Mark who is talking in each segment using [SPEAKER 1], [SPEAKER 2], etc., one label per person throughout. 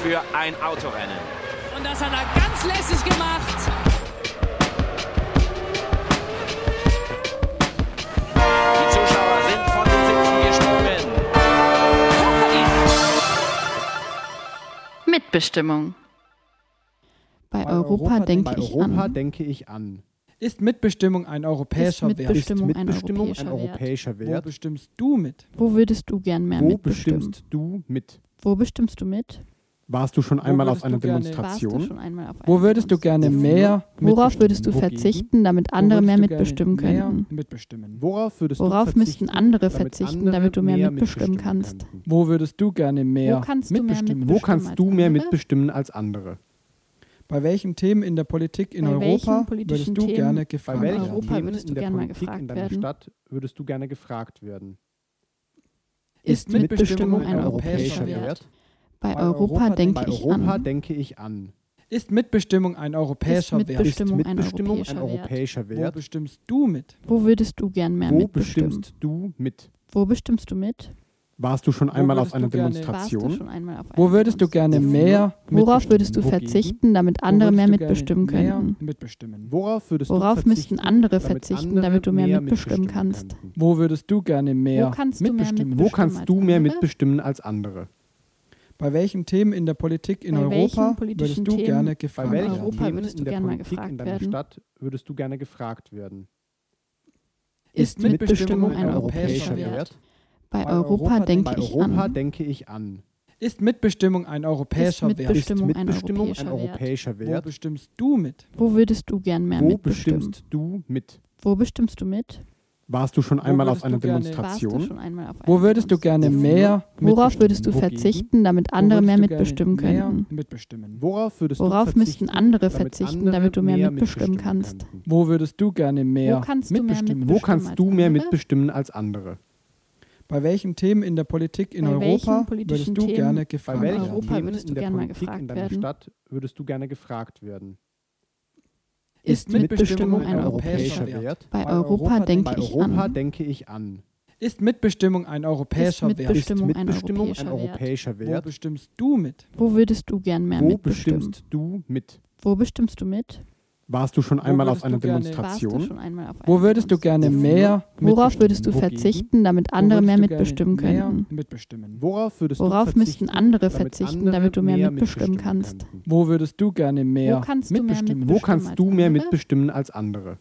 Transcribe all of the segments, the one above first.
[SPEAKER 1] für ein Autorennen.
[SPEAKER 2] Und das hat er ganz lässig gemacht.
[SPEAKER 1] Die Zuschauer sind von den Sitzen gesprungen.
[SPEAKER 3] Mitbestimmung.
[SPEAKER 4] Bei,
[SPEAKER 5] Bei
[SPEAKER 4] Europa, denke
[SPEAKER 5] bei
[SPEAKER 4] ich
[SPEAKER 5] Europa
[SPEAKER 4] an.
[SPEAKER 5] denke ich an.
[SPEAKER 4] Ist Mitbestimmung ein europäischer
[SPEAKER 3] Ist
[SPEAKER 4] Wert?
[SPEAKER 3] Mitbestimmung-
[SPEAKER 5] ist
[SPEAKER 3] ein
[SPEAKER 5] Mitbestimmung
[SPEAKER 3] europäischer
[SPEAKER 5] ein
[SPEAKER 3] Wert?
[SPEAKER 5] europäischer
[SPEAKER 4] Wo
[SPEAKER 5] Wert?
[SPEAKER 4] bestimmst du mit?
[SPEAKER 3] Wo würdest du gern mehr
[SPEAKER 5] Wo
[SPEAKER 3] mitbestimmen?
[SPEAKER 5] bestimmst du mit?
[SPEAKER 3] Wo bestimmst du mit?
[SPEAKER 5] Warst du schon einmal auf
[SPEAKER 4] würdest
[SPEAKER 5] einer
[SPEAKER 4] du gerne-
[SPEAKER 3] Warst du
[SPEAKER 5] Demonstration?
[SPEAKER 3] schon einmal auf
[SPEAKER 4] Wo
[SPEAKER 3] einer
[SPEAKER 4] würdest du gerne
[SPEAKER 3] Demonstration?
[SPEAKER 4] mehr
[SPEAKER 3] Worauf würdest du
[SPEAKER 5] mitbestimmen? Wogegen?
[SPEAKER 3] verzichten, damit andere mehr mitbestimmen
[SPEAKER 4] können?
[SPEAKER 3] könnten?
[SPEAKER 4] Mitbestimmen.
[SPEAKER 5] Worauf würdest
[SPEAKER 3] Worauf
[SPEAKER 5] du
[SPEAKER 3] müssten
[SPEAKER 5] verzichten,
[SPEAKER 3] andere
[SPEAKER 5] damit
[SPEAKER 3] verzichten,
[SPEAKER 5] andere
[SPEAKER 3] damit du mehr mitbestimmen
[SPEAKER 5] mitbestimmen
[SPEAKER 3] kannst?
[SPEAKER 5] könnten?
[SPEAKER 4] Wo würdest du gerne mehr
[SPEAKER 3] Wo kannst du mehr
[SPEAKER 4] mitbestimmen?
[SPEAKER 3] mitbestimmen?
[SPEAKER 5] Wo kannst
[SPEAKER 3] als
[SPEAKER 5] du mehr
[SPEAKER 3] andere?
[SPEAKER 5] mitbestimmen als andere?
[SPEAKER 4] Bei welchen Themen in der Politik in
[SPEAKER 3] Bei
[SPEAKER 4] Europa
[SPEAKER 3] welchen politischen
[SPEAKER 4] würdest du
[SPEAKER 3] Themen
[SPEAKER 4] gerne
[SPEAKER 5] Bei
[SPEAKER 4] gefragt
[SPEAKER 3] welchen
[SPEAKER 5] welchen
[SPEAKER 4] werden?
[SPEAKER 3] Europa
[SPEAKER 5] Themen
[SPEAKER 3] würdest du
[SPEAKER 5] in der
[SPEAKER 3] gern mal
[SPEAKER 5] Politik in
[SPEAKER 3] gefragt
[SPEAKER 5] deiner
[SPEAKER 3] werden?
[SPEAKER 5] Stadt würdest du gerne gefragt werden?
[SPEAKER 3] Ist Mitbestimmung ein europäischer
[SPEAKER 4] Wert?
[SPEAKER 3] Wert? Bei
[SPEAKER 4] Bei
[SPEAKER 3] Europa
[SPEAKER 4] Europa
[SPEAKER 3] denke
[SPEAKER 5] Bei
[SPEAKER 3] ich
[SPEAKER 5] Europa
[SPEAKER 3] an.
[SPEAKER 5] denke ich an.
[SPEAKER 4] Ist Mitbestimmung ein europäischer
[SPEAKER 3] Ist
[SPEAKER 4] Wert?
[SPEAKER 3] Mitbestimmung
[SPEAKER 5] ist
[SPEAKER 3] ein
[SPEAKER 5] Mitbestimmung
[SPEAKER 3] europäischer
[SPEAKER 5] ein
[SPEAKER 3] Wert?
[SPEAKER 5] europäischer
[SPEAKER 4] Wo
[SPEAKER 5] Wert?
[SPEAKER 4] bestimmst du mit?
[SPEAKER 3] Wo würdest du gern mehr
[SPEAKER 5] Wo
[SPEAKER 3] mitbestimmen?
[SPEAKER 5] bestimmst du mit?
[SPEAKER 3] Wo bestimmst du mit?
[SPEAKER 5] Warst du schon einmal auf
[SPEAKER 4] würdest
[SPEAKER 5] einer
[SPEAKER 4] du gerne-
[SPEAKER 3] Warst du
[SPEAKER 5] Demonstration?
[SPEAKER 3] schon einmal auf
[SPEAKER 4] Wo
[SPEAKER 3] einer
[SPEAKER 4] würdest du gerne
[SPEAKER 3] Demonstration?
[SPEAKER 4] mehr
[SPEAKER 3] Worauf würdest du
[SPEAKER 5] mitbestimmen? Wogegen?
[SPEAKER 3] verzichten, damit andere mehr mitbestimmen könnten?
[SPEAKER 4] Mitbestimmen.
[SPEAKER 5] Worauf würdest
[SPEAKER 3] Worauf
[SPEAKER 5] du verzichten,
[SPEAKER 3] müssten andere
[SPEAKER 5] damit
[SPEAKER 3] verzichten,
[SPEAKER 5] andere
[SPEAKER 3] damit du mehr mitbestimmen
[SPEAKER 5] mitbestimmen
[SPEAKER 3] kannst?
[SPEAKER 5] könnten?
[SPEAKER 4] Wo würdest du gerne mehr
[SPEAKER 3] Wo kannst du mehr
[SPEAKER 4] mitbestimmen?
[SPEAKER 5] Wo
[SPEAKER 3] Bestimmen
[SPEAKER 5] kannst
[SPEAKER 3] als
[SPEAKER 5] du mehr
[SPEAKER 3] andere?
[SPEAKER 5] mitbestimmen als andere?
[SPEAKER 4] Bei welchen Themen in der Politik in
[SPEAKER 3] Bei welchen
[SPEAKER 4] Europa
[SPEAKER 3] politischen
[SPEAKER 4] würdest du
[SPEAKER 3] Themen
[SPEAKER 4] gerne
[SPEAKER 5] Bei
[SPEAKER 4] gefragt
[SPEAKER 3] welchen
[SPEAKER 5] welchen
[SPEAKER 3] Europa
[SPEAKER 4] werden?
[SPEAKER 5] Themen
[SPEAKER 3] würdest du
[SPEAKER 5] in der
[SPEAKER 3] gern mal
[SPEAKER 5] Politik in
[SPEAKER 3] gefragt
[SPEAKER 5] deiner
[SPEAKER 3] werden?
[SPEAKER 5] Stadt würdest du gerne gefragt werden?
[SPEAKER 3] Ist Mitbestimmung ein europäischer
[SPEAKER 4] europäischer
[SPEAKER 3] Wert?
[SPEAKER 4] Wert?
[SPEAKER 3] Bei
[SPEAKER 4] Bei
[SPEAKER 3] Europa
[SPEAKER 4] Europa
[SPEAKER 3] denke
[SPEAKER 5] Bei
[SPEAKER 3] ich
[SPEAKER 5] Europa
[SPEAKER 3] an.
[SPEAKER 5] denke ich an.
[SPEAKER 4] Ist Mitbestimmung ein europäischer
[SPEAKER 3] Ist
[SPEAKER 4] Wert?
[SPEAKER 3] Mitbestimmung-
[SPEAKER 5] Ist
[SPEAKER 3] ein
[SPEAKER 5] Mitbestimmung
[SPEAKER 3] europäischer
[SPEAKER 5] ein
[SPEAKER 3] Wert?
[SPEAKER 5] europäischer
[SPEAKER 4] Wo
[SPEAKER 5] Wert?
[SPEAKER 4] bestimmst du mit?
[SPEAKER 3] Wo würdest du gern mehr
[SPEAKER 5] Wo
[SPEAKER 3] mitbestimmen?
[SPEAKER 5] bestimmst du mit?
[SPEAKER 3] Wo bestimmst du mit?
[SPEAKER 5] Warst du schon einmal auf
[SPEAKER 4] würdest
[SPEAKER 5] einer
[SPEAKER 4] du gerne-
[SPEAKER 3] Warst du
[SPEAKER 5] Demonstration?
[SPEAKER 3] schon einmal auf einer
[SPEAKER 4] Wo würdest du gerne mehr
[SPEAKER 3] Worauf würdest du
[SPEAKER 5] Wogegen?
[SPEAKER 3] verzichten, damit
[SPEAKER 4] Wo
[SPEAKER 3] andere
[SPEAKER 4] würdest
[SPEAKER 3] mehr
[SPEAKER 4] du gerne
[SPEAKER 3] mitbestimmen
[SPEAKER 4] mehr
[SPEAKER 3] könnten?
[SPEAKER 4] Mitbestimmen.
[SPEAKER 5] Worauf würdest
[SPEAKER 3] Worauf
[SPEAKER 5] du verzichten,
[SPEAKER 3] müssten andere
[SPEAKER 5] damit
[SPEAKER 3] verzichten,
[SPEAKER 5] andere
[SPEAKER 3] damit du mehr mitbestimmen
[SPEAKER 5] mitbestimmen
[SPEAKER 3] kannst?
[SPEAKER 5] könnten?
[SPEAKER 4] Wo würdest du gerne mehr
[SPEAKER 3] Wo kannst du mehr
[SPEAKER 4] mitbestimmen?
[SPEAKER 5] Wo
[SPEAKER 3] Bestimmen
[SPEAKER 5] kannst
[SPEAKER 3] als
[SPEAKER 5] du mehr
[SPEAKER 3] andere?
[SPEAKER 5] mitbestimmen als andere?
[SPEAKER 4] Bei welchen Themen in der Politik in
[SPEAKER 3] Bei welchen
[SPEAKER 4] Europa
[SPEAKER 3] politischen
[SPEAKER 4] würdest du
[SPEAKER 3] Themen
[SPEAKER 4] gerne
[SPEAKER 5] Bei
[SPEAKER 4] gefragt
[SPEAKER 3] welchen
[SPEAKER 5] welchen
[SPEAKER 3] Europa
[SPEAKER 4] werden?
[SPEAKER 5] Themen
[SPEAKER 3] würdest du
[SPEAKER 5] in der
[SPEAKER 3] gern mal
[SPEAKER 5] Politik in
[SPEAKER 3] gefragt
[SPEAKER 5] deiner
[SPEAKER 3] werden?
[SPEAKER 5] Stadt würdest du gerne gefragt werden?
[SPEAKER 3] Ist Mitbestimmung ein europäischer
[SPEAKER 4] europäischer
[SPEAKER 3] Um Wert?
[SPEAKER 4] Wert?
[SPEAKER 3] Bei
[SPEAKER 4] Bei
[SPEAKER 3] Europa
[SPEAKER 4] Europa
[SPEAKER 3] denke
[SPEAKER 5] Bei
[SPEAKER 3] ich
[SPEAKER 5] Europa
[SPEAKER 3] an.
[SPEAKER 5] denke ich an.
[SPEAKER 4] Ist Mitbestimmung ein europäischer
[SPEAKER 3] Ist
[SPEAKER 4] Wert?
[SPEAKER 3] Mitbestimmung
[SPEAKER 5] ist
[SPEAKER 3] ein
[SPEAKER 5] Mitbestimmung ein
[SPEAKER 3] europäischer
[SPEAKER 5] europäischer
[SPEAKER 4] Wo
[SPEAKER 5] Wert?
[SPEAKER 4] bestimmst du mit?
[SPEAKER 3] Wo würdest du gern mehr
[SPEAKER 5] Wo
[SPEAKER 3] mitbestimmen?
[SPEAKER 5] bestimmst du mit?
[SPEAKER 3] Wo bestimmst du mit?
[SPEAKER 5] Warst du schon einmal auf
[SPEAKER 4] würdest
[SPEAKER 5] einer
[SPEAKER 4] du gerne-
[SPEAKER 3] Warst du
[SPEAKER 5] Demonstration?
[SPEAKER 3] schon einmal auf einer
[SPEAKER 4] Wo würdest du gerne mehr
[SPEAKER 3] Worauf würdest du
[SPEAKER 5] Wogegen?
[SPEAKER 3] verzichten, damit
[SPEAKER 4] Wo
[SPEAKER 3] andere
[SPEAKER 4] würdest
[SPEAKER 3] mehr
[SPEAKER 4] du gerne
[SPEAKER 3] mitbestimmen
[SPEAKER 4] mehr
[SPEAKER 3] könnten?
[SPEAKER 4] Mitbestimmen.
[SPEAKER 5] Worauf würdest
[SPEAKER 3] Worauf
[SPEAKER 5] du verzichten,
[SPEAKER 3] müssten andere
[SPEAKER 5] damit
[SPEAKER 3] verzichten,
[SPEAKER 5] andere
[SPEAKER 3] damit du mehr mitbestimmen
[SPEAKER 5] mitbestimmen
[SPEAKER 3] kannst?
[SPEAKER 5] könnten?
[SPEAKER 4] Wo würdest du gerne mehr
[SPEAKER 3] Wo kannst du mehr
[SPEAKER 4] mitbestimmen?
[SPEAKER 3] mitbestimmen?
[SPEAKER 5] Wo kannst
[SPEAKER 3] als
[SPEAKER 5] du mehr
[SPEAKER 3] andere?
[SPEAKER 5] mitbestimmen als andere?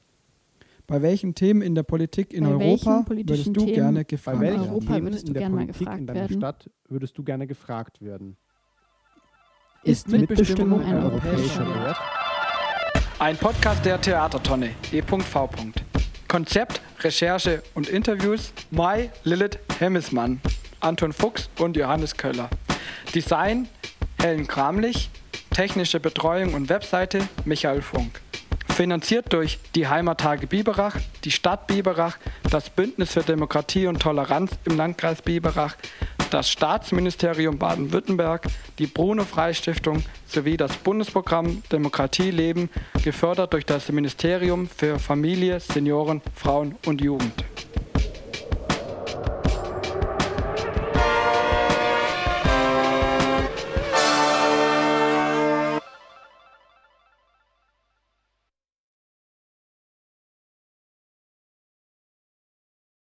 [SPEAKER 4] Bei welchen Themen in der Politik in
[SPEAKER 3] Bei welchen
[SPEAKER 4] Europa
[SPEAKER 3] politischen
[SPEAKER 4] würdest du
[SPEAKER 3] Themen
[SPEAKER 4] gerne
[SPEAKER 5] Bei
[SPEAKER 4] gefragt
[SPEAKER 5] welchen
[SPEAKER 4] werden?
[SPEAKER 3] Europa
[SPEAKER 5] Themen
[SPEAKER 3] würdest du
[SPEAKER 5] in der
[SPEAKER 3] gern mal
[SPEAKER 5] Politik in
[SPEAKER 3] gefragt
[SPEAKER 5] deiner
[SPEAKER 3] werden?
[SPEAKER 5] Stadt würdest du gerne gefragt werden?
[SPEAKER 3] Ist Mitbestimmung ein europäischer
[SPEAKER 4] europäischer
[SPEAKER 3] Um Wert?
[SPEAKER 4] Ein Podcast der Theatertonne, e.v. Konzept, Recherche und Interviews Mai Lilith Hemmesmann, Anton Fuchs und Johannes Köller. Design Helen Kramlich, technische Betreuung und Webseite Michael Funk. Finanziert durch die Heimatage Biberach, die Stadt Biberach, das Bündnis für Demokratie und Toleranz im Landkreis Biberach, das Staatsministerium Baden-Württemberg, die Bruno-Frei-Stiftung sowie das Bundesprogramm Demokratie leben, gefördert durch das Ministerium für Familie, Senioren, Frauen und Jugend.